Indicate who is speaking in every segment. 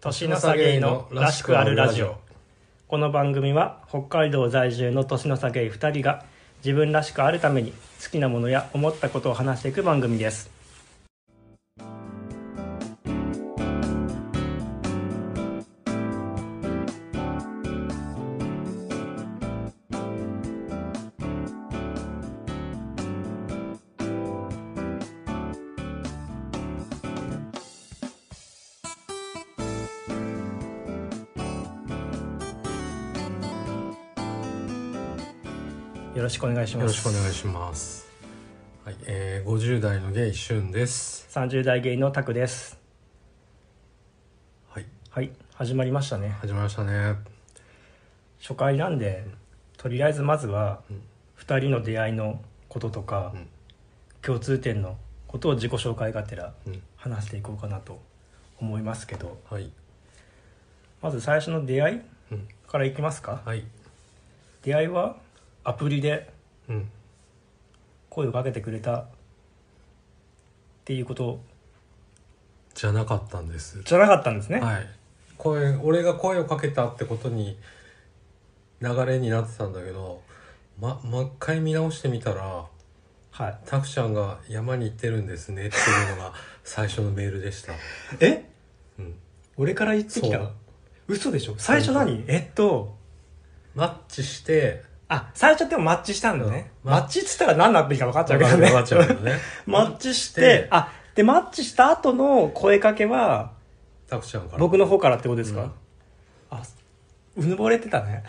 Speaker 1: 年の差ゲイのらしくあるラジオこの番組は北海道在住の年の差ゲイ2人が自分らしくあるために好きなものや思ったことを話していく番組ですよろしくお願いし
Speaker 2: よ
Speaker 1: ま
Speaker 2: ろ
Speaker 1: す
Speaker 2: しくお願いします。はい、えー、50代のゲイシュンです。
Speaker 1: 30代ゲイのタクです
Speaker 2: はい、
Speaker 1: はい始まりましたね
Speaker 2: 始まりましたね。
Speaker 1: 初回なんでとりあえずまずは2人の出会いのこととか、
Speaker 2: うん
Speaker 1: 共通点のことを自己紹介がてら
Speaker 2: うん、
Speaker 1: 話していこうかなと思いますけど
Speaker 2: はい、
Speaker 1: まず最初の出会い
Speaker 2: うん、
Speaker 1: からいきますか
Speaker 2: はい、
Speaker 1: 出会いはアプリで
Speaker 2: うん、
Speaker 1: 声をかけてくれたっていうこと
Speaker 2: じゃなかったんです。
Speaker 1: じゃなかったんですね、
Speaker 2: はい、声、俺が声をかけたってことに流れになってたんだけど、ま、もう一回見直してみたら、
Speaker 1: はい、
Speaker 2: タクちゃんが山に行ってるんですねっていうのが最初のメールでした。
Speaker 1: え
Speaker 2: うん、
Speaker 1: 俺から言ってき
Speaker 2: そ
Speaker 1: た
Speaker 2: う
Speaker 1: 嘘でしょ最初何えっと
Speaker 2: マッチして、
Speaker 1: あ最初ってもマッチしたんだね、
Speaker 2: うん
Speaker 1: マッチっつったら何のアプリか分かっちゃう
Speaker 2: 分
Speaker 1: けど
Speaker 2: かる
Speaker 1: ね
Speaker 2: 分かっちゃうけどね。
Speaker 1: マッチし
Speaker 2: マッチして
Speaker 1: て、あ、で、マッチした後の声かけは、
Speaker 2: タクちゃんから。
Speaker 1: 僕の方からってことですか、
Speaker 2: うん
Speaker 1: あ、うぬぼれてたね。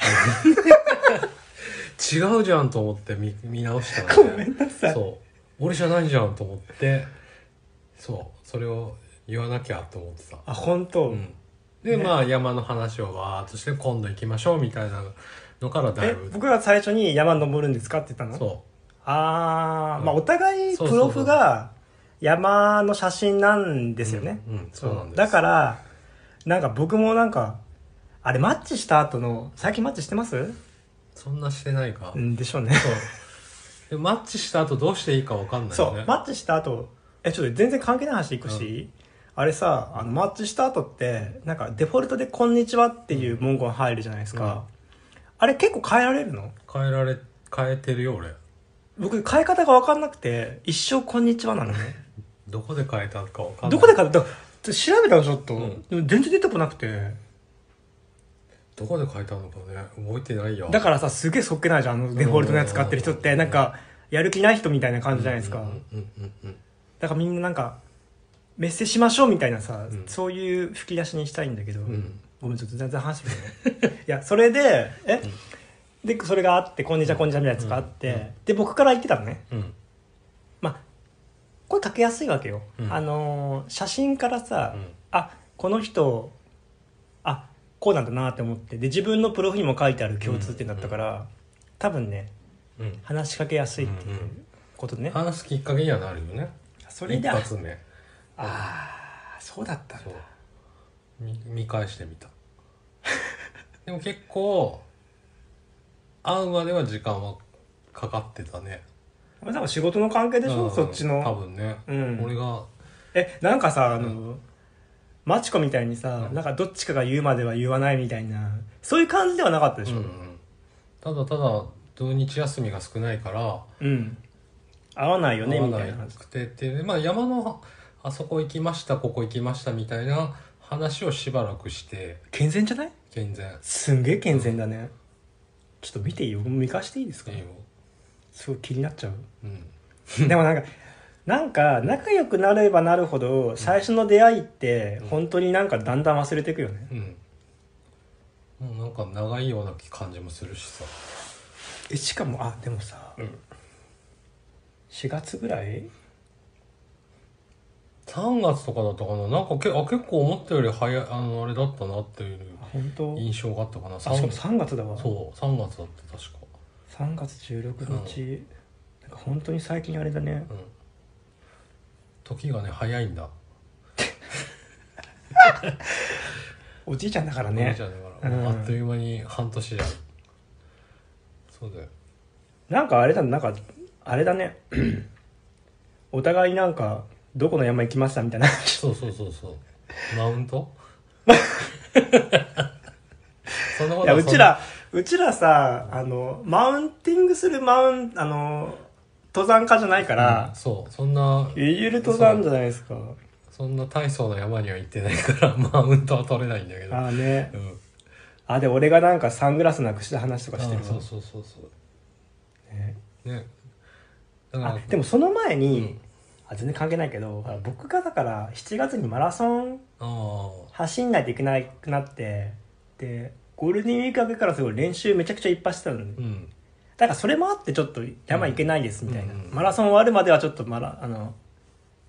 Speaker 2: 違うじゃんと思って見見直したの
Speaker 1: ごめんなさい。
Speaker 2: そう俺じゃないじゃんと思ってそうそれを言わなきゃと思ってた、
Speaker 1: あ、本当、
Speaker 2: うん、で、まあ山の話をわーっとして今度行きましょうみたいなのからだい
Speaker 1: え
Speaker 2: ぶ、
Speaker 1: 僕が最初に山登るんですかって言ったの
Speaker 2: そ
Speaker 1: あー、まあ
Speaker 2: うん
Speaker 1: お互いプ
Speaker 2: そうそうそ
Speaker 1: ロ
Speaker 2: う
Speaker 1: フが山の写真なんで
Speaker 2: う
Speaker 1: すよね。
Speaker 2: うん、うんそうなんです
Speaker 1: だから、なんか僕もなんか、あれマッチした後の、最近マッチしてます
Speaker 2: そんなしてないか、
Speaker 1: うんでしょうね。
Speaker 2: そうでマッチした後どうしていいかわかんない
Speaker 1: そ
Speaker 2: よ
Speaker 1: う、
Speaker 2: ね
Speaker 1: マッチした後えちょっと全然関係ない話でいくし、あれさあのマッチした後ってなんかデフォルトで「こんにちは」っていう文言入るじゃないですか、あれ結構変えられるの
Speaker 2: 変えられ変えてるよ俺
Speaker 1: 僕変え方が分かんなくて一生「こんにちは」なのね
Speaker 2: どこで変えたかわかんない
Speaker 1: どこで変えただ調べたのちょっと、
Speaker 2: うん
Speaker 1: でも全然出てこなくて
Speaker 2: どこで変えたのかね覚えてないよ
Speaker 1: だからさすげえそっけないじゃんあのデフォルトのやつ使ってる人って
Speaker 2: うん
Speaker 1: なんかやる気ない人みたいな感じじゃないですか、
Speaker 2: うんうんうんうんうん
Speaker 1: だからみんななんかメッセージしましょうみたいなさ、
Speaker 2: うん
Speaker 1: そういう吹き出しにしたいんだけど、
Speaker 2: うん
Speaker 1: ごめんちょっと全然話してくれないいやそれでえ、でそれがあって「こんにちはこんにちは」みたいなやつがあって、
Speaker 2: うん
Speaker 1: で僕から言ってたのね
Speaker 2: うん
Speaker 1: まあ声かけやすいわけよ、
Speaker 2: うん
Speaker 1: あのー写真からさ、
Speaker 2: うん
Speaker 1: あこの人あこうなんだなって思ってで自分のプロフにも書いてある共通点だったから、多分ね
Speaker 2: うん
Speaker 1: 話しかけやすいっていうことね、
Speaker 2: 話すきっかけにはなるよね
Speaker 1: それで
Speaker 2: 一
Speaker 1: あ
Speaker 2: 発目
Speaker 1: あーそうだったんだ
Speaker 2: そうみ見返してみた でも結構会うまでは時間はかかってたね
Speaker 1: まあ多分仕事の関係でしょ、
Speaker 2: うん
Speaker 1: そっちの
Speaker 2: 多分ね、
Speaker 1: うん
Speaker 2: 俺が
Speaker 1: えなんかさあの、マチコみたいにさ、
Speaker 2: うん
Speaker 1: なんかどっちかが言うまでは言わないみたいなそういう感じではなかったでし
Speaker 2: う
Speaker 1: ょ
Speaker 2: んうんただただ土日休みが少ないから
Speaker 1: うん、合わないよね
Speaker 2: 会わ
Speaker 1: みた
Speaker 2: ない
Speaker 1: な感
Speaker 2: い
Speaker 1: じ
Speaker 2: くてっていうねまあ山のあそこ行きましたここ行きましたみたいな話をしばらくして
Speaker 1: 健全じゃない
Speaker 2: 健全
Speaker 1: すんげえ健全だね、ちょっと見ていいよ見返していいですか、
Speaker 2: いいよ
Speaker 1: すごい気になっちゃう
Speaker 2: うん
Speaker 1: でもなんかなんか仲良くなればなるほど最初の出会いって本当になんかだんだん忘れていくよね、
Speaker 2: うんもうなんか長いような感じもするしさ
Speaker 1: えしかもあでもさ、
Speaker 2: うん
Speaker 1: 4月ぐらい
Speaker 2: 3月とかだったかななんかけあ結構思ったより早いあのあれだったなっていう
Speaker 1: あ本当
Speaker 2: 印象があったかな
Speaker 1: あしか
Speaker 2: 三
Speaker 1: も3月だわ
Speaker 2: そう3月だった確か
Speaker 1: 3月16日、なんか本当に最近あれだね
Speaker 2: うん時がね早いんだ
Speaker 1: おじいちゃんだから
Speaker 2: お姉
Speaker 1: ね
Speaker 2: ちゃんだから、も
Speaker 1: う
Speaker 2: う
Speaker 1: ん
Speaker 2: あっという間に半年じゃんそうだよ
Speaker 1: なんかあれだなんかあれだね お互いなんかどこの山行きましたみたいな
Speaker 2: そうそうそうそうマウント そんなこ
Speaker 1: い
Speaker 2: と
Speaker 1: や
Speaker 2: は
Speaker 1: う
Speaker 2: そん
Speaker 1: ちらうちらさあのマウンティングするマウンあの登山家じゃないか
Speaker 2: う
Speaker 1: ら
Speaker 2: ん、そうそんな
Speaker 1: ゆる登山じゃないですか
Speaker 2: そんな大層な山には行ってないからマウントは取れないんだけど
Speaker 1: ああね
Speaker 2: うん
Speaker 1: あで俺がなんかサングラスなくした話とかしてる
Speaker 2: あ
Speaker 1: わ
Speaker 2: そうそうそうそう
Speaker 1: ね
Speaker 2: ねだか
Speaker 1: あ
Speaker 2: ら
Speaker 1: でもその前に、
Speaker 2: うん
Speaker 1: あ全然関係ないけどほら僕がだから7月にマラソン
Speaker 2: あ
Speaker 1: 走んないといけなくなってでゴールデンウィーク明けからすごい練習めちゃくちゃいっぱいしてたの、
Speaker 2: あうん
Speaker 1: だからそれもあってちょっと山行けないですみたいな、
Speaker 2: うんうん
Speaker 1: マラソン終わるまではちょっとまだあの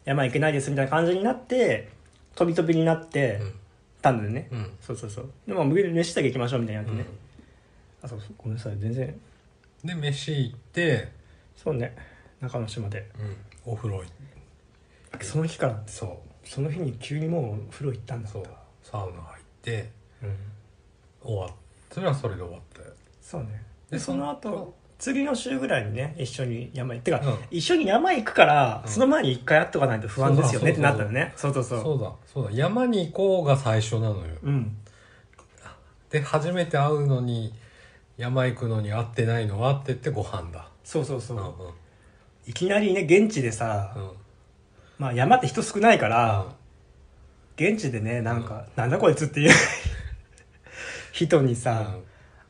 Speaker 1: 山行けないですみたいな感じになって飛び飛びになって
Speaker 2: うん
Speaker 1: たんだよね、
Speaker 2: うん
Speaker 1: そうそうそうでも飯だけ行きましょうみたいになってね、
Speaker 2: うん
Speaker 1: あそうそうごめんなさい全然
Speaker 2: で飯行って、
Speaker 1: そうね中之島で
Speaker 2: うん、お風呂行って
Speaker 1: その日から
Speaker 2: そ
Speaker 1: その日に急にもう風呂行ったん
Speaker 2: う
Speaker 1: だ
Speaker 2: そう
Speaker 1: った
Speaker 2: サウナ入って
Speaker 1: う,、ん、
Speaker 2: 終わっそれはそれで終わって
Speaker 1: そうね
Speaker 2: で
Speaker 1: でその後次の週ぐらいにね一緒に山行ってか、
Speaker 2: うん
Speaker 1: 一緒に山行くから、
Speaker 2: うん
Speaker 1: その前に一回会っとかないと不安ですよねって
Speaker 2: そうだ
Speaker 1: なったのねそうそうそう
Speaker 2: そうだそうだ山に行こうが最初なのよ
Speaker 1: うん
Speaker 2: で初めて会うのに山行くのに会ってないのはって言ってご飯だ
Speaker 1: そうそうそうう、
Speaker 2: んうん
Speaker 1: いきなりね現地でさ、
Speaker 2: うん
Speaker 1: まあ山って人少ないから、
Speaker 2: あ
Speaker 1: 現地でねなんか、なんだこいつっていう人にさ、
Speaker 2: うん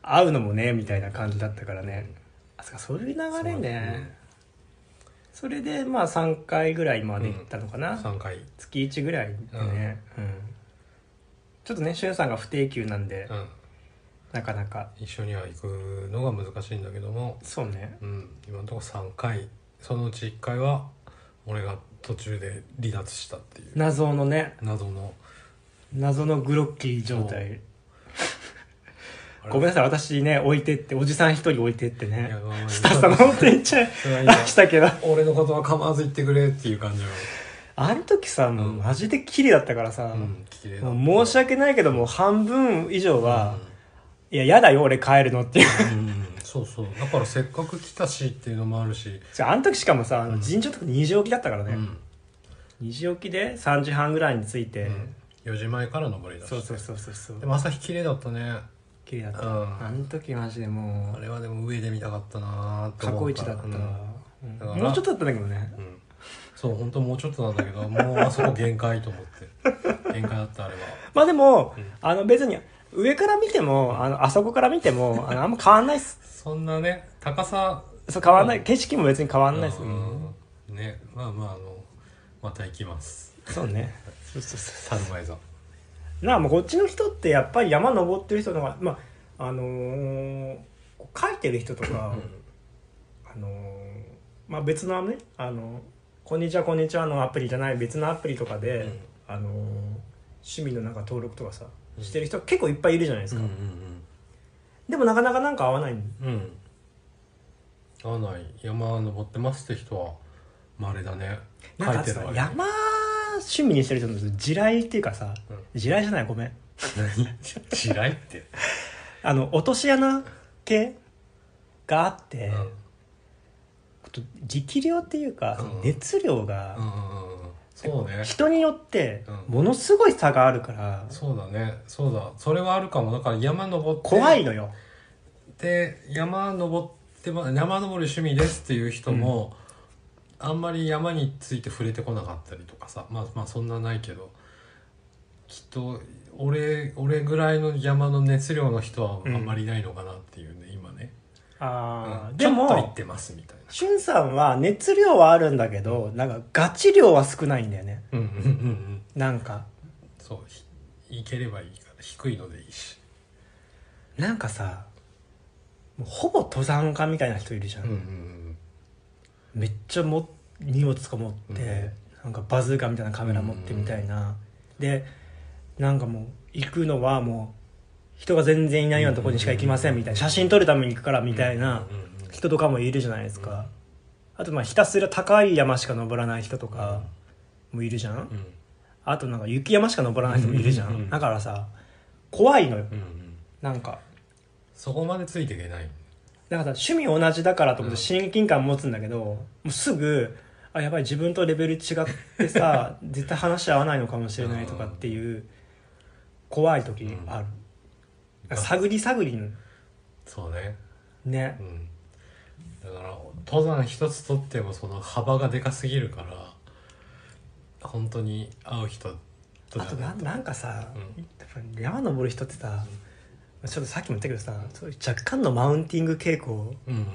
Speaker 1: 会うのもねみたいな感じだったからね、あそっかそういう流れねそれでまあ3回ぐらいまで行ったのかな、
Speaker 2: 3回
Speaker 1: 月1ぐらいでね、うんちょっとねしゅんさんが不定休なんで、
Speaker 2: うん
Speaker 1: なかなか
Speaker 2: 一緒には行くのが難しいんだけども
Speaker 1: そうね
Speaker 2: うん今のところ3回そのうち1回は俺が途中で離脱したっていう
Speaker 1: 謎のね
Speaker 2: 謎の
Speaker 1: 謎のグロッキー状態
Speaker 2: あれ
Speaker 1: ごめんなさい私ね置いてっておじさん一人置いてって
Speaker 2: いや
Speaker 1: ね
Speaker 2: まあまあ
Speaker 1: スタッフさんのって言っちゃい
Speaker 2: それはいい
Speaker 1: ま
Speaker 2: や
Speaker 1: したけど
Speaker 2: 俺のことは構わず言ってくれっていう感じは
Speaker 1: あの時さもうマジで綺麗だったからさ、
Speaker 2: うん綺麗だ
Speaker 1: もう申し訳ないけどもう半分以上は、
Speaker 2: う
Speaker 1: いややだよ俺帰るのっていう
Speaker 2: んうんそうそうだからせっかく来たしっていうのもあるし、
Speaker 1: じゃああの時しかもさあの尋常とか2時起きだったから
Speaker 2: う
Speaker 1: ね、
Speaker 2: ん
Speaker 1: 2時起きで3時半ぐらいに着いて、
Speaker 2: うん、4時前から登りだし
Speaker 1: そうそうそうそうそう
Speaker 2: でも朝日綺麗だったね
Speaker 1: 綺麗だった、
Speaker 2: うん
Speaker 1: あの時マジでも
Speaker 2: あれはでも上で見たかったな
Speaker 1: う
Speaker 2: と
Speaker 1: 過去
Speaker 2: 思う
Speaker 1: 一だ
Speaker 2: から
Speaker 1: った、うん
Speaker 2: だから
Speaker 1: もうちょっとだったんだけどね
Speaker 2: うん、うんそう本当もうちょっとなんだけどもうあそこ限界と思って限界だったあれは
Speaker 1: まあでも、
Speaker 2: うん
Speaker 1: あの別に上から見てもあのあそこから見てもあのあんま変わんないっす
Speaker 2: そんなね高さ
Speaker 1: そう変わんない、景色も別に変わ
Speaker 2: あ
Speaker 1: んないっす、
Speaker 2: ねまあまああのまた行きます
Speaker 1: そうねそうそうそ
Speaker 2: サルマイザ
Speaker 1: うなあもうこっちの人ってやっぱり山登ってる人の方がまああのー、こう書いてる人とか、あのーまあ別のね「あのこんにちはこんにちは」のアプリじゃない別のアプリとかで、
Speaker 2: うん
Speaker 1: あのー趣味のなんか登録とかさ
Speaker 2: うん
Speaker 1: してる人結構いっぱいいるじゃないです
Speaker 2: うん
Speaker 1: か、
Speaker 2: うん
Speaker 1: でもなかなかなんか合わないの
Speaker 2: うんうん合わない山登ってますって人はまれだね
Speaker 1: なんかさ山趣味にしてる人の地雷っていうかさ、
Speaker 2: うん
Speaker 1: 地雷じゃないごめん
Speaker 2: 何 地雷って、
Speaker 1: あの落とし穴系があって、
Speaker 2: うん
Speaker 1: ちょっと力量っていうか、
Speaker 2: うん
Speaker 1: 熱量が、
Speaker 2: うんうんうんうんそうね
Speaker 1: 人によって
Speaker 2: うん
Speaker 1: ものすごい差があるから、
Speaker 2: そうだねそうだそれはあるかもだから山登って
Speaker 1: 怖いのよ
Speaker 2: で山登って、ま、山登る趣味ですっていう人も、あんまり山について触れてこなかったりとかさまあまあそんなないけどきっと俺俺ぐらいの山の熱量の人はあんまりいないのかなっていうね、今ね、
Speaker 1: あー
Speaker 2: うん
Speaker 1: で
Speaker 2: ちょっと行っ
Speaker 1: も
Speaker 2: てますみたいな
Speaker 1: しゅんさんは熱量はあるんだけどなんかガチ量は少ないんだよね
Speaker 2: うんうんうんうん
Speaker 1: なんか
Speaker 2: そうひ行ければいいから低いのでいいし
Speaker 1: なんかさもうほぼ登山家みたいな人いるじゃん、
Speaker 2: うんうんうん
Speaker 1: めっちゃも荷物とか持って、
Speaker 2: うん
Speaker 1: なんかバズーカみたいなカメラ持ってみたいな、でなんかもう行くのはもう人が全然いないようなところにしか行きませんみたいな写真撮るために行くからみたいな
Speaker 2: うんうんうん
Speaker 1: 人とかもいるじゃないですか、あとまあひたすら高い山しか登らない人とかもいるじゃん、
Speaker 2: うん
Speaker 1: あとなんか雪山しか登らない人もいるじゃ
Speaker 2: うんうんん
Speaker 1: だからさ怖いのよ
Speaker 2: うんうん
Speaker 1: なんか
Speaker 2: そこまでついていけない
Speaker 1: だから趣味同じだからと思って
Speaker 2: うん
Speaker 1: 親近感持つんだけど、もうすぐあやばい自分とレベル違ってさ絶対話合わないのかもしれないとかっていう怖い時ある、
Speaker 2: うん
Speaker 1: 探り探りの
Speaker 2: そうね
Speaker 1: ね
Speaker 2: うんだから登山一つとってもその幅がでかすぎるから本当に会う人と
Speaker 1: あとな
Speaker 2: と
Speaker 1: なんかさ、
Speaker 2: うん
Speaker 1: やっぱり山登る人ってさ、ちょっとさっきも言ったけどさそういう若干のマウンティング傾向
Speaker 2: うんうんうんうん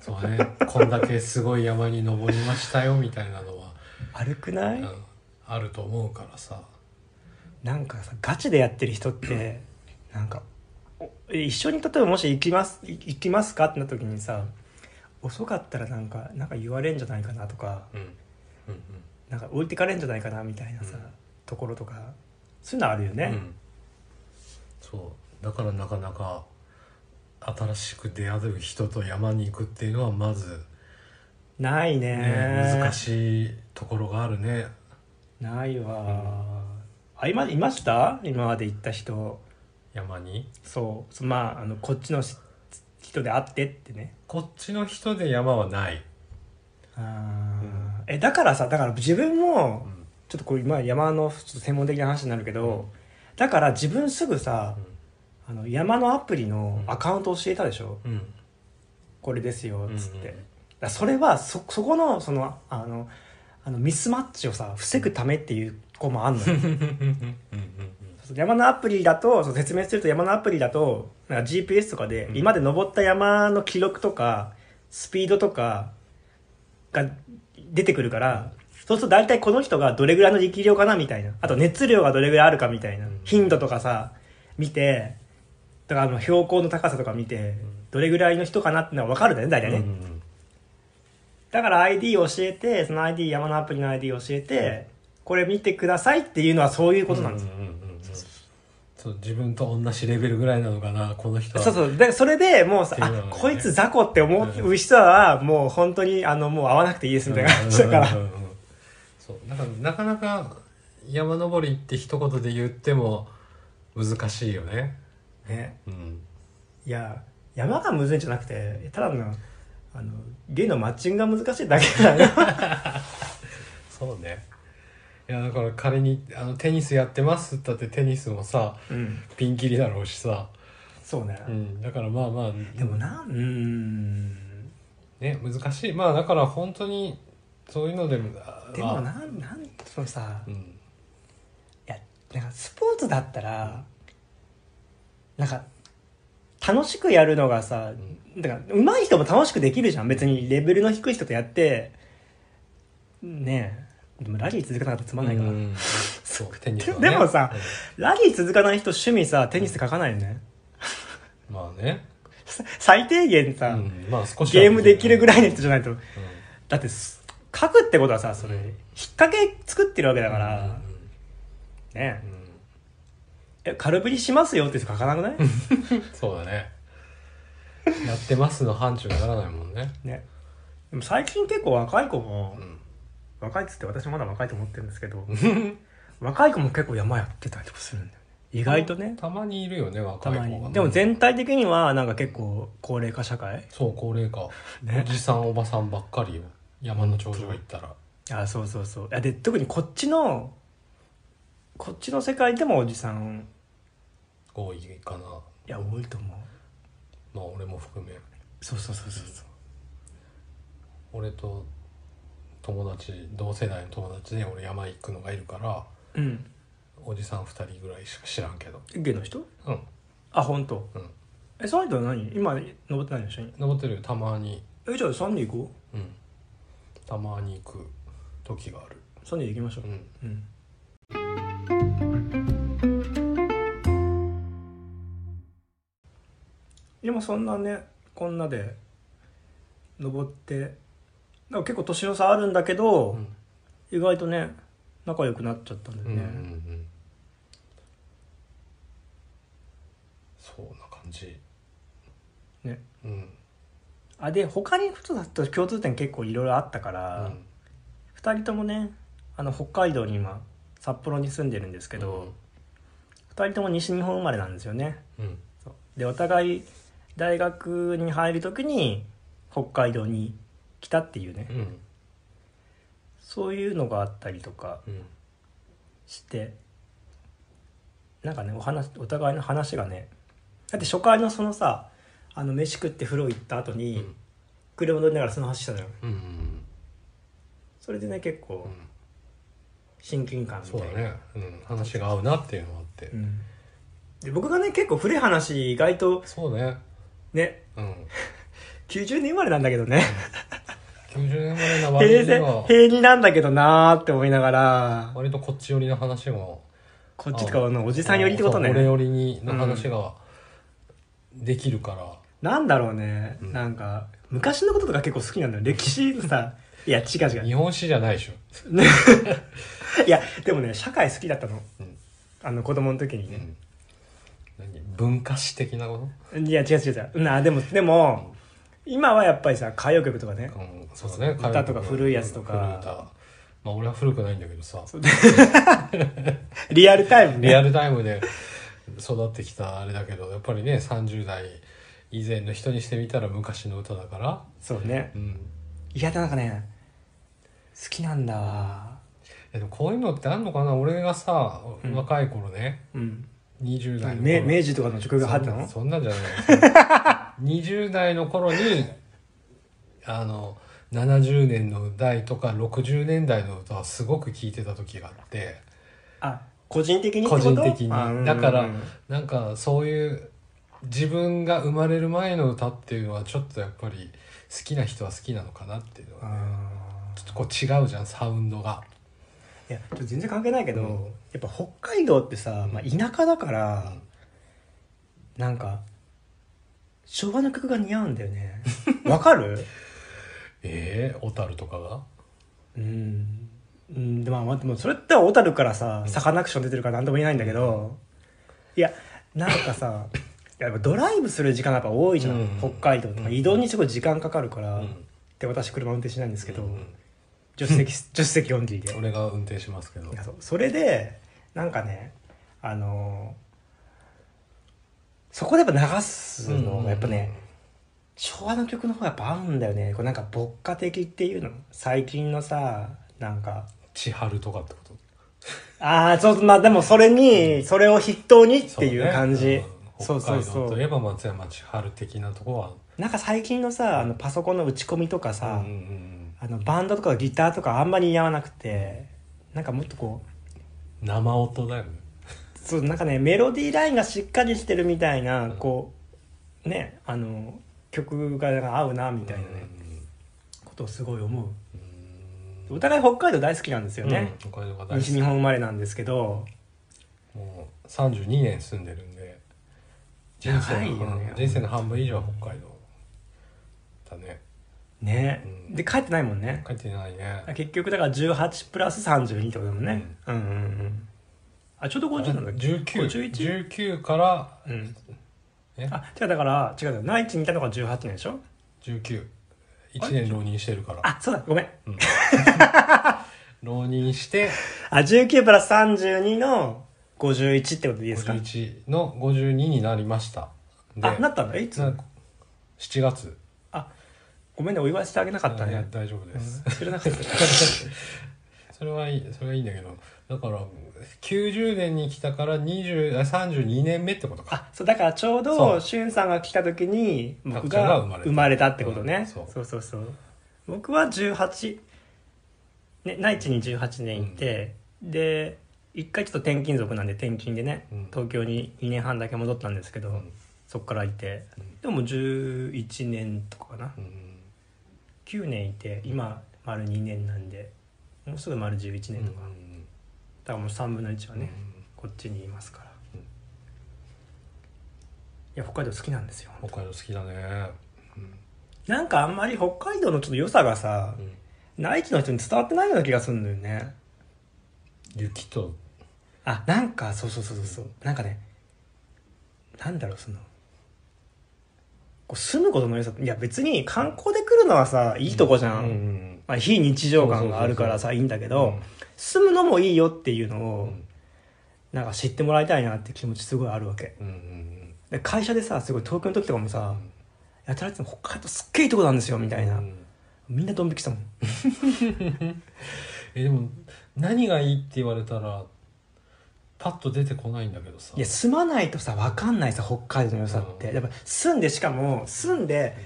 Speaker 2: そうねこんだけすごい山に登りましたよみたいなのは、
Speaker 1: 悪くない、
Speaker 2: うんあると思うからさ
Speaker 1: なんかさガチでやってる人ってなんかお一緒に例えばもし行きますい行きますかってなった時にさ遅かったらなんかなんか言われんじゃないかなとか
Speaker 2: うんうんうん
Speaker 1: なんか置いてかれんじゃないかなみたいなさ、
Speaker 2: うん
Speaker 1: ところとかそういうのあるよ
Speaker 2: う
Speaker 1: ね、
Speaker 2: ん、そうだからなかなか新しく出会う人と山に行くっていうのはまず、
Speaker 1: ないね
Speaker 2: ね難しいところがあるね
Speaker 1: ないわ、あ今いました今まで行った人
Speaker 2: 山に
Speaker 1: そうそまああのこっちのし人で会ってってね
Speaker 2: こっちの人で山はない、
Speaker 1: あーえだからさだから自分も、
Speaker 2: うん
Speaker 1: ちょっとこれ今山のちょっと専門的な話になるけど、だから自分すぐさあの山のアプリのアカウント教えたでしょ、
Speaker 2: うん
Speaker 1: これですよっつって、
Speaker 2: うんうん
Speaker 1: だ
Speaker 2: うん
Speaker 1: からそれはそそこのそのあのあのミスマッチをさ防ぐためっていう子もあんのよ
Speaker 2: うんうんうん
Speaker 1: そう山のアプリだとそう説明すると山のアプリだとなんか GPS とかで
Speaker 2: うん
Speaker 1: 今まで登った山の記録とかスピードとかが出てくるからそうすると大体この人がどれぐらいの力量かなみたいなあと熱量がどれぐらいあるかみたいな
Speaker 2: うん
Speaker 1: 頻度とかさ見てだからあの標高の高さとか見てどれぐらいの人かなってのは分かるんだよね大体
Speaker 2: うん
Speaker 1: ね、
Speaker 2: うん
Speaker 1: だから ID 教えてその ID 山のアプリの ID 教えてこれ見てくださいっていうのはそういうことなんですよ
Speaker 2: うんうんうんうんそう自分と同じレベルぐらいなのかなこの人は
Speaker 1: そうそう。で、それでもうさ、
Speaker 2: っていうのが
Speaker 1: あ、
Speaker 2: ね
Speaker 1: こいつ雑魚って思う人は、もう本当に、あの、もう会わなくていいですみたいな感じだか
Speaker 2: うん
Speaker 1: ら。
Speaker 2: うんうんうんそうだからなかなか山登りって一言で言っても難しいよね
Speaker 1: ね。
Speaker 2: うん
Speaker 1: いや、山がむずいんじゃなくて、ただの、あの、ゲイのマッチングが難しいだけだね。
Speaker 2: そうねいやだから仮にあのテニスやってますって言ったってテニスもさ
Speaker 1: うん。
Speaker 2: ピンキリだろうしさ、
Speaker 1: そうね
Speaker 2: う。ん、だからまあまあ
Speaker 1: でもな、うーん。
Speaker 2: ね難しいまあだから本当にそういうのでも
Speaker 1: でも
Speaker 2: まあ
Speaker 1: なん、なん、そのさ、
Speaker 2: う
Speaker 1: い
Speaker 2: ん
Speaker 1: や、なんかスポーツだったら、なんか、楽しくやるのがさ、だから上手い人も楽しくできるじゃん別にレベルの低い人とやってねえでもラリー続かなかったらつまんないから、
Speaker 2: うんそうテニスは
Speaker 1: で
Speaker 2: ね
Speaker 1: もさ
Speaker 2: うん
Speaker 1: ラリー続かない人趣味さテニス書かないよね、
Speaker 2: まあね、
Speaker 1: さ最低限さ、
Speaker 2: うん、まあ少しは
Speaker 1: ゲームできるぐらいの人
Speaker 2: う
Speaker 1: じゃないと
Speaker 2: ん
Speaker 1: だってす書くってことはさそれ
Speaker 2: うん
Speaker 1: 引っ掛け作ってるわけだから、
Speaker 2: うん
Speaker 1: ね
Speaker 2: うんうん
Speaker 1: え軽ぶりしますよって人書かなくない
Speaker 2: そうだねやってますの範疇にならないもんね
Speaker 1: ねでも最近結構若い子も、
Speaker 2: ん
Speaker 1: 若いっつって私まだ若いと思ってるんですけど 若い子も結構山やってたりとかするんだよね意外とね
Speaker 2: たまにいるよね若
Speaker 1: た
Speaker 2: い子
Speaker 1: ま
Speaker 2: がね、
Speaker 1: にでも全体的にはなんか結構高齢化社会
Speaker 2: そう高齢化、おじさんおばさんばっかりよ山の頂上行ったら
Speaker 1: あそうそうそういやで特にこっちのこっちの世界でもおじさん
Speaker 2: 多いかな
Speaker 1: いや多いと思う
Speaker 2: まあ俺も含め
Speaker 1: そうそうそうそうそう
Speaker 2: 俺と友達同世代の友達で俺山行くのがいるから
Speaker 1: うん
Speaker 2: おじさん2人ぐらいしか知らんけど
Speaker 1: ゲイの人
Speaker 2: うん
Speaker 1: あ本当。
Speaker 2: うん
Speaker 1: えその人は何今登ってないの一緒に
Speaker 2: 登ってるよたまに
Speaker 1: えじゃあ3人行こ
Speaker 2: うんたまに行く時がある
Speaker 1: う3人で行きましょう
Speaker 2: うん
Speaker 1: うんでもそんなねこんなで登ってなんか結構年の差あるんだけど、
Speaker 2: うん
Speaker 1: 意外とね仲良くなっちゃったんだよ
Speaker 2: うん
Speaker 1: ね、
Speaker 2: うんうんそんな感じ
Speaker 1: ね
Speaker 2: うん
Speaker 1: あで他にふとだと共通点結構いろいろあったから、二2人ともねあの北海道に今札幌に住んでるんですけど、二2人とも西日本生まれなんですよね
Speaker 2: うんうん
Speaker 1: そうでお互い大学に入る時に北海道に来たっていうね、
Speaker 2: うん
Speaker 1: そういうのがあったりとか
Speaker 2: うん
Speaker 1: してなんかねお話お互いの話がねだって初回のそのさあの飯食って風呂行った後
Speaker 2: う
Speaker 1: に、
Speaker 2: ん
Speaker 1: 車乗りながらその話したじゃん
Speaker 2: うんうん
Speaker 1: それでね結構
Speaker 2: うん
Speaker 1: 親近感み
Speaker 2: そう
Speaker 1: た
Speaker 2: だ
Speaker 1: いな、
Speaker 2: ね、うん、話が合うなっていうのがあって、
Speaker 1: うんで僕がね結構古い話意外と
Speaker 2: そうね
Speaker 1: ね
Speaker 2: うん
Speaker 1: 90年生まれなんだけどね
Speaker 2: 90年生まれな割
Speaker 1: 平
Speaker 2: に
Speaker 1: 成
Speaker 2: は
Speaker 1: 平になんだけどなーって思いながら
Speaker 2: 割とこっち寄りの話も
Speaker 1: こっちとかはあのおじさん寄りってこと
Speaker 2: そう俺
Speaker 1: ね
Speaker 2: 寄りにの話ができるから、
Speaker 1: なんだろうね、
Speaker 2: うん
Speaker 1: なんか昔のこととか結構好きなんだよ歴史の さいや違う違う
Speaker 2: 日本史じゃないでしょ、
Speaker 1: いやでもね社会好きだったの
Speaker 2: うん
Speaker 1: あの子供の時に
Speaker 2: う
Speaker 1: ね、
Speaker 2: ん、何文化史的なこ
Speaker 1: いや違う違う違うなでもでも、今はやっぱりさ歌謡曲とかね
Speaker 2: と、うん、そうだね
Speaker 1: 歌
Speaker 2: 歌謡曲
Speaker 1: とか古いやつとか
Speaker 2: 古い歌まあ俺は古くないんだけどさ
Speaker 1: リアルタイムね
Speaker 2: リアルタイムで育ってきたあれだけどやっぱりね30代以前の人にしてみたら昔の歌だから、
Speaker 1: そうね
Speaker 2: うん、
Speaker 1: いやなんかね好きなんだわ
Speaker 2: えでもこういうのってあんのかな俺がさ
Speaker 1: うん
Speaker 2: 若い頃ね、
Speaker 1: うん
Speaker 2: 20代の
Speaker 1: 明
Speaker 2: 頃
Speaker 1: 明治とかの曲が入ったの
Speaker 2: そんなそんなんじ ゃない20代の頃にあの70年の代とか60年代の歌はすごく聴いてた時があって
Speaker 1: あ個人的にって
Speaker 2: 個
Speaker 1: こと
Speaker 2: 人的に
Speaker 1: あうんうんうん
Speaker 2: だからなんかそういう自分が生まれる前の歌っていうのはちょっとやっぱり好きな人は好きなのかなっていうの
Speaker 1: あ
Speaker 2: はちょっとこう違うじゃんサウンドが
Speaker 1: ーいやちょっと全然関係ないけど、
Speaker 2: うん
Speaker 1: やっぱ北海道ってさ、まあ、田舎だから、
Speaker 2: うん
Speaker 1: なんか昭和の曲が似合うんだよ ねわかる
Speaker 2: ええ小樽とかが
Speaker 1: うん、うん、でもまあでもそれって小樽からさ
Speaker 2: うん
Speaker 1: サカナクション出てるから何とも言えないんだけど、いやなんか さやっぱドライブする時間やっぱ多いじゃん、
Speaker 2: うん
Speaker 1: 北海道とか
Speaker 2: うん
Speaker 1: 移動にすごい時間かかるから、
Speaker 2: う
Speaker 1: っ
Speaker 2: ん
Speaker 1: て私車運転しないんですけど、
Speaker 2: うん
Speaker 1: 助手席助手席オンリーで
Speaker 2: 俺が運転しますけど
Speaker 1: いやそうそれでなんかねあのーそこでやっぱ流すのがやっぱね、昭和の曲の方がやっぱ合うんだよねこうなんか牧歌的っていうの最近のさなんか
Speaker 2: 千春とかってこと
Speaker 1: ああそうまあでもそれにそれを筆頭にっていう感
Speaker 2: そ
Speaker 1: じ
Speaker 2: ねうん
Speaker 1: そうそう
Speaker 2: 北海
Speaker 1: そ
Speaker 2: 道といえ
Speaker 1: う
Speaker 2: ば松山千春的なとこは
Speaker 1: なんか最近のさあのパソコンの打ち込みとかさ、
Speaker 2: うんうんうん
Speaker 1: あのバンドとかギターとかあんまり似合わなくてなんかもっとこう
Speaker 2: 生音だよね
Speaker 1: そうなんかねメロディーラインがしっかりしてるみたいな、こうねあの曲がなんか合うなみたいなね、ことをすごい思
Speaker 2: うん
Speaker 1: うお互い北海道大好きなんですよね、
Speaker 2: うん北海道が大好
Speaker 1: 西日
Speaker 2: き
Speaker 1: 本生まれなんですけど
Speaker 2: もう32年住んでるんで人生
Speaker 1: 長
Speaker 2: の
Speaker 1: いよね
Speaker 2: うん人生の半分以上は北海道だね
Speaker 1: ね、
Speaker 2: うん
Speaker 1: で帰ってないもんね
Speaker 2: 帰ってないね
Speaker 1: 結局だから18プラス32ってことだもんね、うん、うんうんあちょうど50なんだっけ
Speaker 2: 19
Speaker 1: 51?
Speaker 2: 19から
Speaker 1: うん
Speaker 2: え
Speaker 1: あ違うだから違うだ内地にいたのが18年でしょ
Speaker 2: 191年浪人してるから
Speaker 1: あそうだごめん
Speaker 2: 浪人して
Speaker 1: あ19プラス32の51ってことでいいですか
Speaker 2: 51の52になりましたで
Speaker 1: あなったんだえいつ
Speaker 2: な7月
Speaker 1: あごめんねお祝いしてあげなかった
Speaker 2: いや
Speaker 1: ね
Speaker 2: 大丈夫です、
Speaker 1: 知らなかった
Speaker 2: それはいいそれはいいんだけどだから90年に来たから20あ32年目ってことか
Speaker 1: あそうだからちょう
Speaker 2: そ
Speaker 1: ど
Speaker 2: う
Speaker 1: しゅんさんが来た時に僕
Speaker 2: たくちゃんが
Speaker 1: が
Speaker 2: 生まれた
Speaker 1: 生まれたってことね、
Speaker 2: うん
Speaker 1: そ
Speaker 2: そうう
Speaker 1: そうそう僕は18ね内地に18年いて、で一回ちょっと転勤族なんで転勤でね、
Speaker 2: うん
Speaker 1: 東京に2年半だけ戻ったんですけど、
Speaker 2: うん
Speaker 1: そっからいて
Speaker 2: うん
Speaker 1: でも11年とかかな
Speaker 2: うん
Speaker 1: 9年いて今丸2年なんでもうすぐ丸11年とか、
Speaker 2: うん
Speaker 1: だからもう3分の1はね、
Speaker 2: うん
Speaker 1: こっちにいますから、
Speaker 2: うん
Speaker 1: いや北海道好きなんですよ
Speaker 2: 北海道好きだねうん
Speaker 1: なんかあんまり北海道のちょっと良さがさ、
Speaker 2: うん
Speaker 1: 内地の人に伝わってないような気がするんだよね
Speaker 2: 雪と
Speaker 1: あなんかそうそうそうそうそうなんかねなんだろうそのこう住むことの良さいや別に観光で来るのはさいいとこじゃん、
Speaker 2: うんうん
Speaker 1: まあ、非日常感があるからさいいんだけど、
Speaker 2: うん
Speaker 1: 住むのもいいよっていうのを、
Speaker 2: うん
Speaker 1: なんか知ってもらいたいなって気持ちすごいあるわけ
Speaker 2: うんうん
Speaker 1: で会社でさすごい東京の時とかも
Speaker 2: う
Speaker 1: さ
Speaker 2: ん
Speaker 1: 「やたらって北海道すっげえいいとこなんですよ」みたいな、
Speaker 2: うん
Speaker 1: みんなドン引きしたもん
Speaker 2: えでも何がいいって言われたらパッと出てこないんだけどさ
Speaker 1: いや住まないとさ分かんないさ北海道の良さって、
Speaker 2: うん
Speaker 1: やっぱ住んでしかも住んで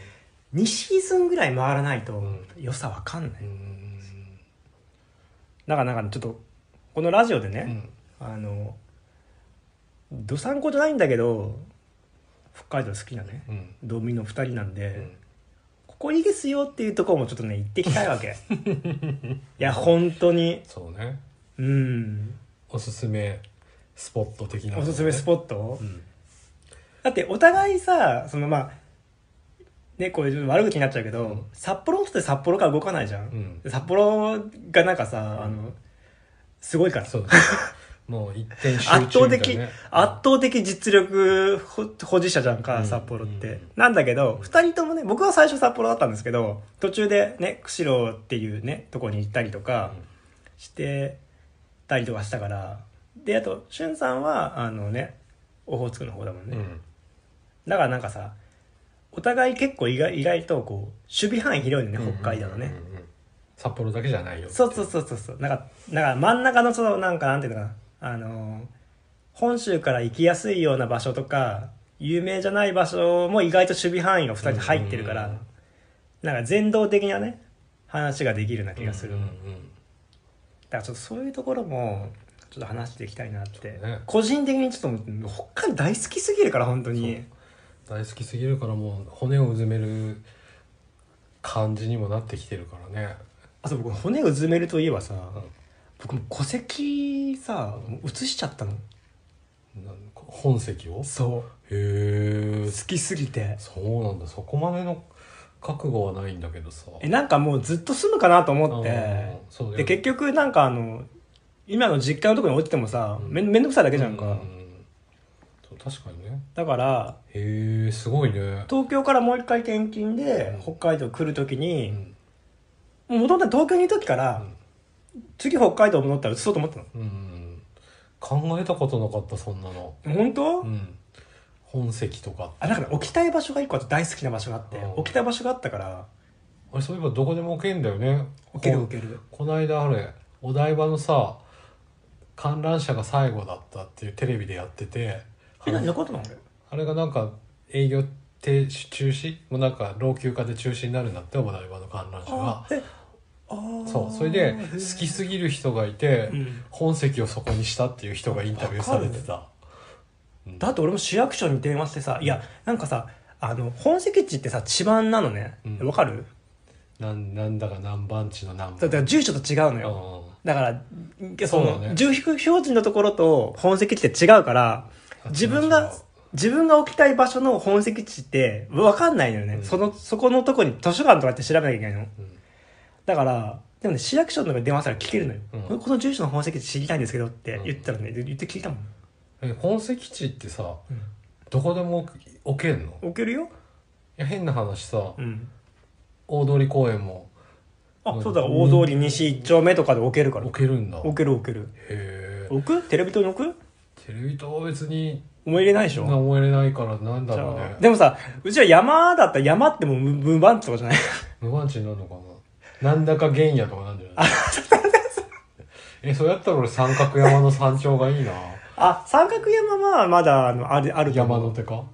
Speaker 1: 2シーズンぐらい回らないと、
Speaker 2: ん
Speaker 1: 良さ分かんない、
Speaker 2: うーん
Speaker 1: だからなんかちょっとこのラジオで
Speaker 2: う
Speaker 1: ね、
Speaker 2: ん
Speaker 1: あのどさんこじゃないんだけど北海道好きなね
Speaker 2: うん
Speaker 1: 道民の2人なんで、
Speaker 2: うん
Speaker 1: ここいいですよっていうところもちょっとね行ってきたいわ けいや本当に
Speaker 2: そうね
Speaker 1: うん
Speaker 2: おすすめスポット的なのね
Speaker 1: おすすめスポット、
Speaker 2: うん
Speaker 1: だってお互いさそのまあねこれ悪口になっちゃうけど、
Speaker 2: うん
Speaker 1: 札幌の人って札幌から動かないじゃん、
Speaker 2: うん
Speaker 1: 札幌がなんかさあのすごいから、
Speaker 2: そうだねもう一点集中
Speaker 1: 圧倒的、
Speaker 2: みたいなね
Speaker 1: 圧倒的実力ほ保持者じゃんか、
Speaker 2: うん
Speaker 1: 札幌って、
Speaker 2: うん
Speaker 1: なんだけど2人ともね僕は最初札幌だったんですけど途中でね釧路っていうねとこに行ったりとかしてたりとかしたからであとしゅんさんはあのねオホーツクの方だもん
Speaker 2: う
Speaker 1: ね、
Speaker 2: んうん
Speaker 1: だからなんかさお互い結構意外意外とこう守備範囲広いのね北海道のね、
Speaker 2: うんうんうん札幌だけじゃないよ
Speaker 1: そうそうそうそうそうなんかなんか真ん中のそのなんかなんていうのかなあのー本州から行きやすいような場所とか有名じゃない場所も意外と守備範囲が2人入ってるから、
Speaker 2: うんうんうん
Speaker 1: なんか全道的なね話ができるような気がする、
Speaker 2: うんうん
Speaker 1: だからちょっとそういうところもちょっと話していきたいなって、
Speaker 2: そうね
Speaker 1: 個人的にちょっともう北海道大好きすぎるから本当に
Speaker 2: 大好きすぎるからもう骨をうずめる感じにもなってきてるからね、
Speaker 1: あと僕骨うずめるといえばさ、
Speaker 2: う
Speaker 1: 僕もう戸籍さもう移しちゃったの
Speaker 2: ん、なん本籍を
Speaker 1: そ
Speaker 2: へえ
Speaker 1: う好きすぎて
Speaker 2: そうなんだそこまでの覚悟はないんだけどさ
Speaker 1: えなんかもうずっと住むかなと思っ
Speaker 2: うん
Speaker 1: て
Speaker 2: そうだよ
Speaker 1: で結局なんかあの今の実家のところに置いててもさ
Speaker 2: うん
Speaker 1: めんめんどくさいだけじゃん
Speaker 2: う
Speaker 1: か
Speaker 2: んそう確かにね
Speaker 1: だから
Speaker 2: へえすごいね
Speaker 1: 東京からもう一回転勤で
Speaker 2: う
Speaker 1: 北海道来る時
Speaker 2: う
Speaker 1: に
Speaker 2: ん
Speaker 1: もともと東京にいる時か
Speaker 2: う
Speaker 1: ら
Speaker 2: ん
Speaker 1: 次北海道戻ったら移そうと思ってた
Speaker 2: うん考えたことなかったそんなの
Speaker 1: の本当
Speaker 2: うん本籍とか
Speaker 1: あだから置きたい場所が一個あって大好きな場所があって
Speaker 2: うん
Speaker 1: 置きたい場所があったから
Speaker 2: あれそういえばどこでも置けんだよね
Speaker 1: 置ける置ける
Speaker 2: この間あれお台場のさ観覧車が最後だったっていうテレビでやっててあ
Speaker 1: え何
Speaker 2: の
Speaker 1: 残ったの俺
Speaker 2: あれがなんか営業停止中止もうなんか老朽化で中止になるんだってお台場の観覧車が
Speaker 1: あえあー
Speaker 2: そうそれで好きすぎる人がいて、
Speaker 1: うん
Speaker 2: 本籍をそこにしたっていう人がインタビューされてた、うん
Speaker 1: だって俺も市役所に電話してさいやなんかさあの本籍地ってさ地盤なのね
Speaker 2: うん
Speaker 1: わ、かる
Speaker 2: なんなんだか何番地の何
Speaker 1: だ
Speaker 2: 番
Speaker 1: から住所と違うの
Speaker 2: う
Speaker 1: よ、
Speaker 2: ん
Speaker 1: だからそ
Speaker 2: そうだ
Speaker 1: の、
Speaker 2: ね
Speaker 1: 住標準のところと本籍地って違うから自分が自分が置きたい場所の本籍地ってわかんないのよね、
Speaker 2: うん
Speaker 1: そのそこのとこに図書館とかって調べなきゃいけないの
Speaker 2: うん
Speaker 1: だからでもね市役所のとかに電話したら聞けるのよ、
Speaker 2: うん
Speaker 1: この住所の本籍地知りたいんですけどって言ったらね、言って聞いたもん、
Speaker 2: え本籍地ってさ
Speaker 1: うん
Speaker 2: どこでも置けんのい
Speaker 1: 置けるよ
Speaker 2: や変な話さ、
Speaker 1: うん
Speaker 2: 大通公園も
Speaker 1: あ、
Speaker 2: うん
Speaker 1: そうだ、大通り西一丁目とかで置けるから。
Speaker 2: 置
Speaker 1: 置
Speaker 2: けるんだへ
Speaker 1: ける置ける。
Speaker 2: え
Speaker 1: 置くテレビ塔に置く
Speaker 2: テレビとは別に
Speaker 1: 思い入れないでしょ
Speaker 2: 思い入れないからなんだ
Speaker 1: じ
Speaker 2: ろう
Speaker 1: ゃあ
Speaker 2: ね
Speaker 1: でもさ、うちは山だったら山ってもう無無番地とか じゃない
Speaker 2: 無番地になるのかななんだか原野とかなんじゃないえそうやったら俺三角山の山頂がいいな
Speaker 1: あ、三角山はまだあのあるあると思
Speaker 2: 山
Speaker 1: う
Speaker 2: の手か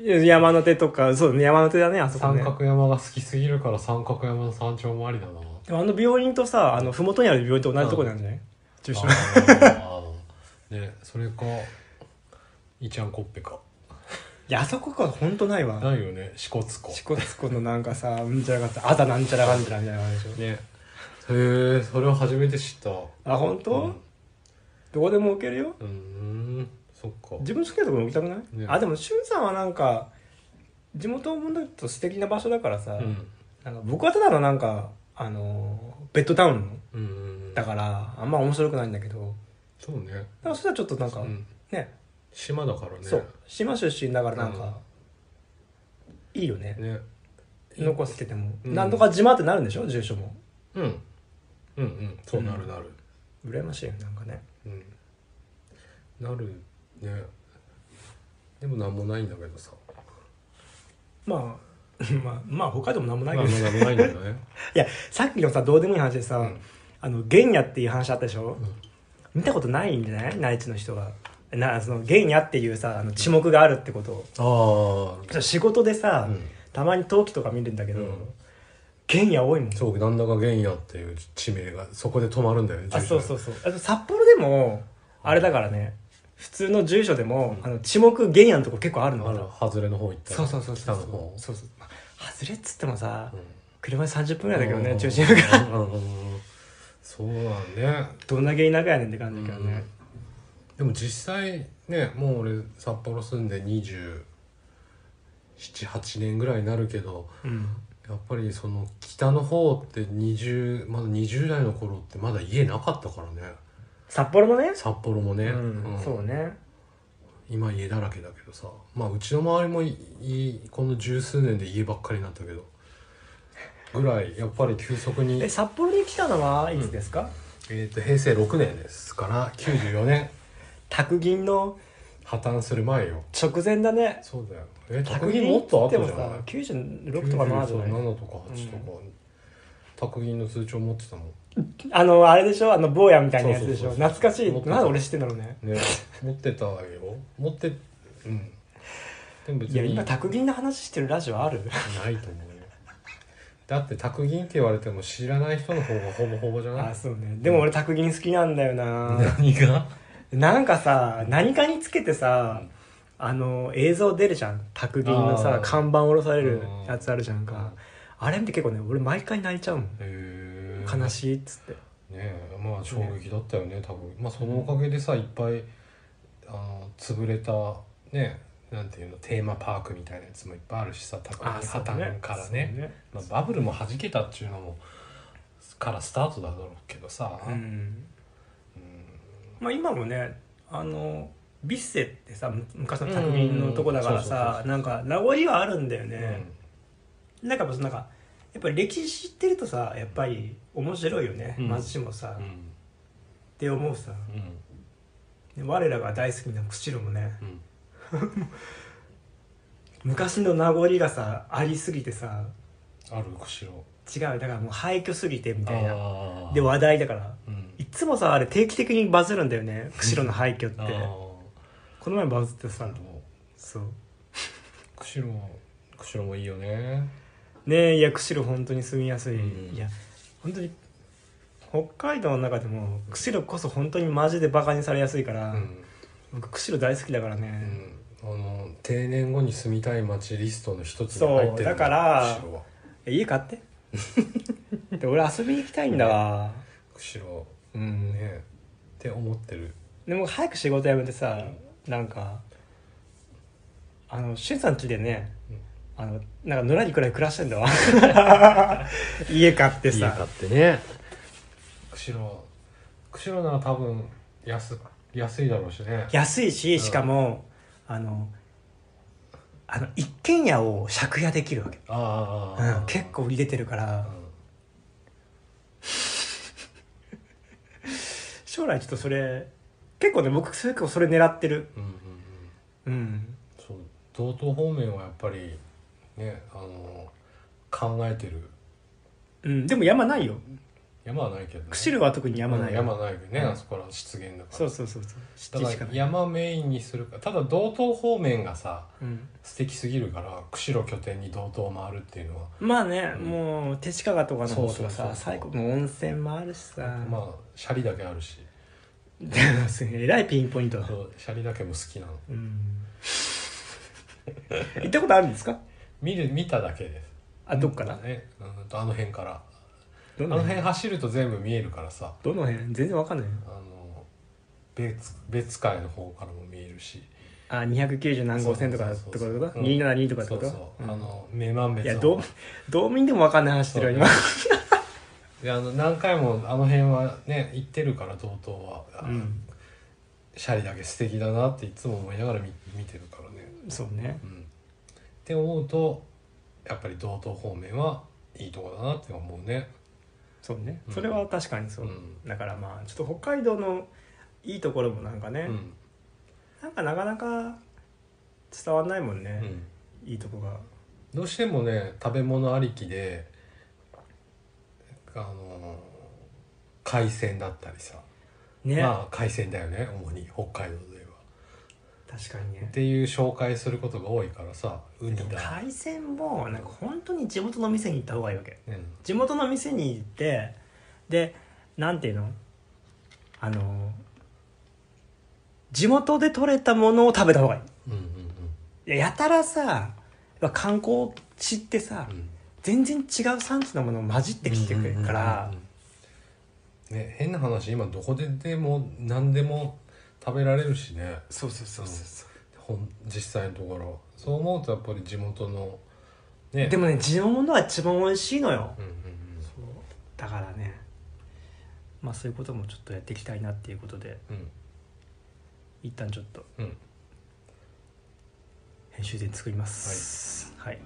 Speaker 1: いや山の手とか、そうだね、山の手だね、あそこ
Speaker 2: 三
Speaker 1: ね。
Speaker 2: 角山が好きすぎるから三角山の山頂もありだな
Speaker 1: でもあの病院とさ、あの、ふもとにある病院と同じとこなんじゃない住所。
Speaker 2: あーねそれかいちゃんこっぺか
Speaker 1: いや、あそこか、ほんとないわ。
Speaker 2: ないよね支笏湖
Speaker 1: 支笏湖のなんかさ、うんちゃらかさ、あだなんちゃらかんちゃらみたいな感じでしょ。
Speaker 2: ねへえそれを初めて知った
Speaker 1: あ、ほん
Speaker 2: う
Speaker 1: と
Speaker 2: ん
Speaker 1: どこでも置けるよ。
Speaker 2: うーんそっか
Speaker 1: 自分の好きなところに置きたくない、
Speaker 2: ね
Speaker 1: あでもしゅんさんはなんか地元もだと素敵な場所だからさ、
Speaker 2: うん
Speaker 1: なんか僕はただのなんかあのーベッドタウン
Speaker 2: うんうん
Speaker 1: だからあんま面白くないんだけど
Speaker 2: そうね
Speaker 1: だからそれはちょっとなんか、
Speaker 2: うん
Speaker 1: ね
Speaker 2: 島だからね
Speaker 1: そう島出身だからなんか、いいよね
Speaker 2: ね
Speaker 1: 残してても、
Speaker 2: うん
Speaker 1: なんとか島ってなるんでしょ住所も
Speaker 2: うんうんうんそうなるなる
Speaker 1: 羨ましいよねなんかね
Speaker 2: うんなるねでもなんもないんだけどさ
Speaker 1: まあ まあまあ北海道もなんも
Speaker 2: ま
Speaker 1: な
Speaker 2: あ
Speaker 1: い
Speaker 2: ま
Speaker 1: けど、
Speaker 2: あなんもないんだよね
Speaker 1: いやさっきのさどうでもいい話でさ、
Speaker 2: うん
Speaker 1: あの原野っていう話あったでしょ、
Speaker 2: ん
Speaker 1: 見たことないんじゃない内地の人がなそのゲイニャっていうさあの地目が あるってことを
Speaker 2: ああ
Speaker 1: そう仕事でさ、
Speaker 2: うん
Speaker 1: たまに陶器とか見るんだけど、
Speaker 2: うん
Speaker 1: ゲイニャ多いもん
Speaker 2: そうなんだか原野っていう地名がそこで止まるんだよね
Speaker 1: あそうそううそうあと札幌でもあれだからね普通の住所でも、あの地目ゲイニャのとこ結構あるの
Speaker 2: あら外れの方行ったら
Speaker 1: そうそうそうそう
Speaker 2: 北の方
Speaker 1: そうそうまあ外れっつってもさ、
Speaker 2: うん
Speaker 1: 車で30分ぐらいだけど
Speaker 2: う
Speaker 1: ね
Speaker 2: ん
Speaker 1: 中心部から
Speaker 2: うんうんうんそうだね
Speaker 1: どんだけ田舎やねんって感じだけどね、
Speaker 2: でも実際ねもう俺札幌住んで278年ぐらいになるけど
Speaker 1: うん
Speaker 2: やっぱりその北の方って20まだ20代の頃ってまだ家なかったからね
Speaker 1: 札幌のね
Speaker 2: 札幌もね、
Speaker 1: うん、
Speaker 2: ん
Speaker 1: そうね
Speaker 2: 今家だらけだけどさまあうちの周りもいいこの十数年で家ばっかりになったけどぐらいやっぱり急速に
Speaker 1: え札幌に来たのはいつですか、
Speaker 2: えー、と平成6年ですから94年
Speaker 1: 宅銀の
Speaker 2: 破綻する前よ
Speaker 1: 直前だね
Speaker 2: そうだよえ卓銀もっと後じゃない
Speaker 1: 卓銀っつってもさ96とか7じゃない
Speaker 2: 97とか8とか、卓銀の通帳持ってたもん
Speaker 1: あのあれでしょあの坊やみたいなやつでしょ
Speaker 2: そうそうそう
Speaker 1: 懐かしい
Speaker 2: 持ってた
Speaker 1: なんで俺知ってんだろうね
Speaker 2: ね 持ってたよ持ってうんでも別
Speaker 1: いや
Speaker 2: に
Speaker 1: 今宅銀の話してるラジオある
Speaker 2: ないと思うよだって卓銀って言われても知らない人の方がほぼほぼじゃない
Speaker 1: あそうねでも俺宅銀好きなんだよな
Speaker 2: 何が
Speaker 1: なんかさ何かにつけてさあの映像出るじゃん宅銀の
Speaker 2: あ
Speaker 1: さ
Speaker 2: ー
Speaker 1: 看板下ろされる
Speaker 2: うん
Speaker 1: やつあるじゃんかあれ見て結構ね俺毎回泣いちゃうもん
Speaker 2: へえ
Speaker 1: 悲
Speaker 2: ね
Speaker 1: しいっつって
Speaker 2: えまあ衝撃だったよね多分まあそのおかげでさいっぱいあの潰れたねなんていうのテーマパークみたいなやつもいっぱいあるしさ卓銀
Speaker 1: あ
Speaker 2: 破綻からねまあ、バブルも弾けたっていうのもからスタートだろうけどさ、
Speaker 1: そうねうんまあ、今もねあのビッセってさむ昔の匠のとこだから
Speaker 2: うんうんうんそうそう
Speaker 1: さ
Speaker 2: そう
Speaker 1: なんか名残はあるんだよ
Speaker 2: うん
Speaker 1: ね、なんかやっぱそのなんかやっぱり歴史知ってるとさやっぱり面白いよね、
Speaker 2: うん
Speaker 1: 貧しもさ、
Speaker 2: う
Speaker 1: っ
Speaker 2: ん
Speaker 1: て思うさ
Speaker 2: うん
Speaker 1: で我らが大好きな釧路もね
Speaker 2: うん
Speaker 1: 昔の名残がさありすぎてさ
Speaker 2: ある釧路
Speaker 1: 違うだからもう廃墟すぎてみたいな
Speaker 2: あー
Speaker 1: で話題だから
Speaker 2: うん
Speaker 1: いつもさあれ定期的にバズるんだよね釧路の廃墟って
Speaker 2: あー
Speaker 1: この前バズってさそ
Speaker 2: そう
Speaker 1: う
Speaker 2: 釧路釧路もいいよね
Speaker 1: ねえいや釧路本当に住みやすい、
Speaker 2: うん
Speaker 1: いや本当に北海道の中でも釧路こそ本当にマジでバカにされやすいから、
Speaker 2: うん、
Speaker 1: 僕釧路大好きだから
Speaker 2: う
Speaker 1: ね、
Speaker 2: ん、あの定年後に住みたい街リストの一つに
Speaker 1: そう
Speaker 2: 入ってるんよ
Speaker 1: だから
Speaker 2: 釧路は
Speaker 1: 家買って で俺遊びに行きたいんだわ
Speaker 2: 釧路うんねって思ってる
Speaker 1: でも早く仕事辞めてさなんかあの俊さん家でね
Speaker 2: うん
Speaker 1: あのなんか野良にくらい暮らしてんだわ 家買ってさ
Speaker 2: ってね釧路釧路なら多分安安いだろうしね
Speaker 1: 安いし
Speaker 2: ん
Speaker 1: しかも、あのあの一軒家を借家できるわけ、
Speaker 2: ああああ
Speaker 1: うん、結構売り出てるから将来ちょっとそれ結構ね僕結構それ狙ってる
Speaker 2: うんうんうん
Speaker 1: うん
Speaker 2: そう道東方面はやっぱりねあの考えてる
Speaker 1: うん、でも山ないよ
Speaker 2: 山はないけど、ね、
Speaker 1: 釧路は特に山ないよ、
Speaker 2: 山ないけどね、
Speaker 1: うん
Speaker 2: あそこら湿原だから
Speaker 1: そうそうそうそう湿地したか
Speaker 2: だ
Speaker 1: ない、
Speaker 2: 山メインにするかただ道東方面がさ
Speaker 1: うん、
Speaker 2: 素敵すぎるから釧路拠点に道東を回るっていうのは
Speaker 1: まあね、
Speaker 2: うん
Speaker 1: もう手近川とかの方とか
Speaker 2: そうそうそうそ
Speaker 1: さ
Speaker 2: う
Speaker 1: 最高の温泉もあるしさ、
Speaker 2: まあシャリだけあるし
Speaker 1: えらいピンポイントだ、
Speaker 2: そうシャリだけも好きなの
Speaker 1: うん、行ったことあるんですか
Speaker 2: 見る見ただけです
Speaker 1: あどっから、
Speaker 2: ね、うんとあの辺から
Speaker 1: ど
Speaker 2: あ
Speaker 1: の
Speaker 2: の辺
Speaker 1: 辺
Speaker 2: 走ると全部見えるからさ
Speaker 1: どの辺全然わかんないよ
Speaker 2: あの別別海の方からも見えるし
Speaker 1: あ290何号線とかって
Speaker 2: そう
Speaker 1: こと
Speaker 2: そうそうそううん
Speaker 1: 272とかってこと
Speaker 2: そうそう、
Speaker 1: うん
Speaker 2: あの目満別
Speaker 1: いや
Speaker 2: の
Speaker 1: どう道民でもわかんない話してるよ今
Speaker 2: であの何回もあの辺はね行ってるから道東は、あ
Speaker 1: うん
Speaker 2: シャリだけ素敵だなっていつも思いながら見見てるからね、
Speaker 1: そうね
Speaker 2: うん、って思うとやっぱり道東方面はいいとこだなって思うね
Speaker 1: そうね
Speaker 2: うん
Speaker 1: それは確かにそう、
Speaker 2: うん
Speaker 1: だからまあちょっと北海道のいいところもなんかね、
Speaker 2: うん、
Speaker 1: なんかなかなか伝わんないもん
Speaker 2: う
Speaker 1: ね、
Speaker 2: ん、
Speaker 1: いいとこが
Speaker 2: どうしてもね食べ物ありきであの海鮮だったりさ
Speaker 1: ね、
Speaker 2: まあ海鮮だよね主に北海道では
Speaker 1: 確かにね
Speaker 2: っていう紹介することが多いからさウニだ、
Speaker 1: 海鮮もなんか本当に地元の店に行った方がいいわけ
Speaker 2: うん、
Speaker 1: 地元の店に行ってでなんていうのあの地元で採れたものを食べた方がいい
Speaker 2: うんうん
Speaker 1: いややたらさやっぱ観光地ってさ、
Speaker 2: うん
Speaker 1: 全然違う産地のもの混じってきてくるから、
Speaker 2: ね変な話今どこででも何でも食べられるしね
Speaker 1: そうそうそうそう
Speaker 2: ほん実際のところそう思うとやっぱり地元のね
Speaker 1: でもね地元のは一番美味しいのよ、
Speaker 2: うんうん
Speaker 1: そうだからねまあそういうこともちょっとやっていきたいなっていうことで
Speaker 2: うん
Speaker 1: 一旦ちょっと
Speaker 2: うんうん
Speaker 1: 編集で作りますはい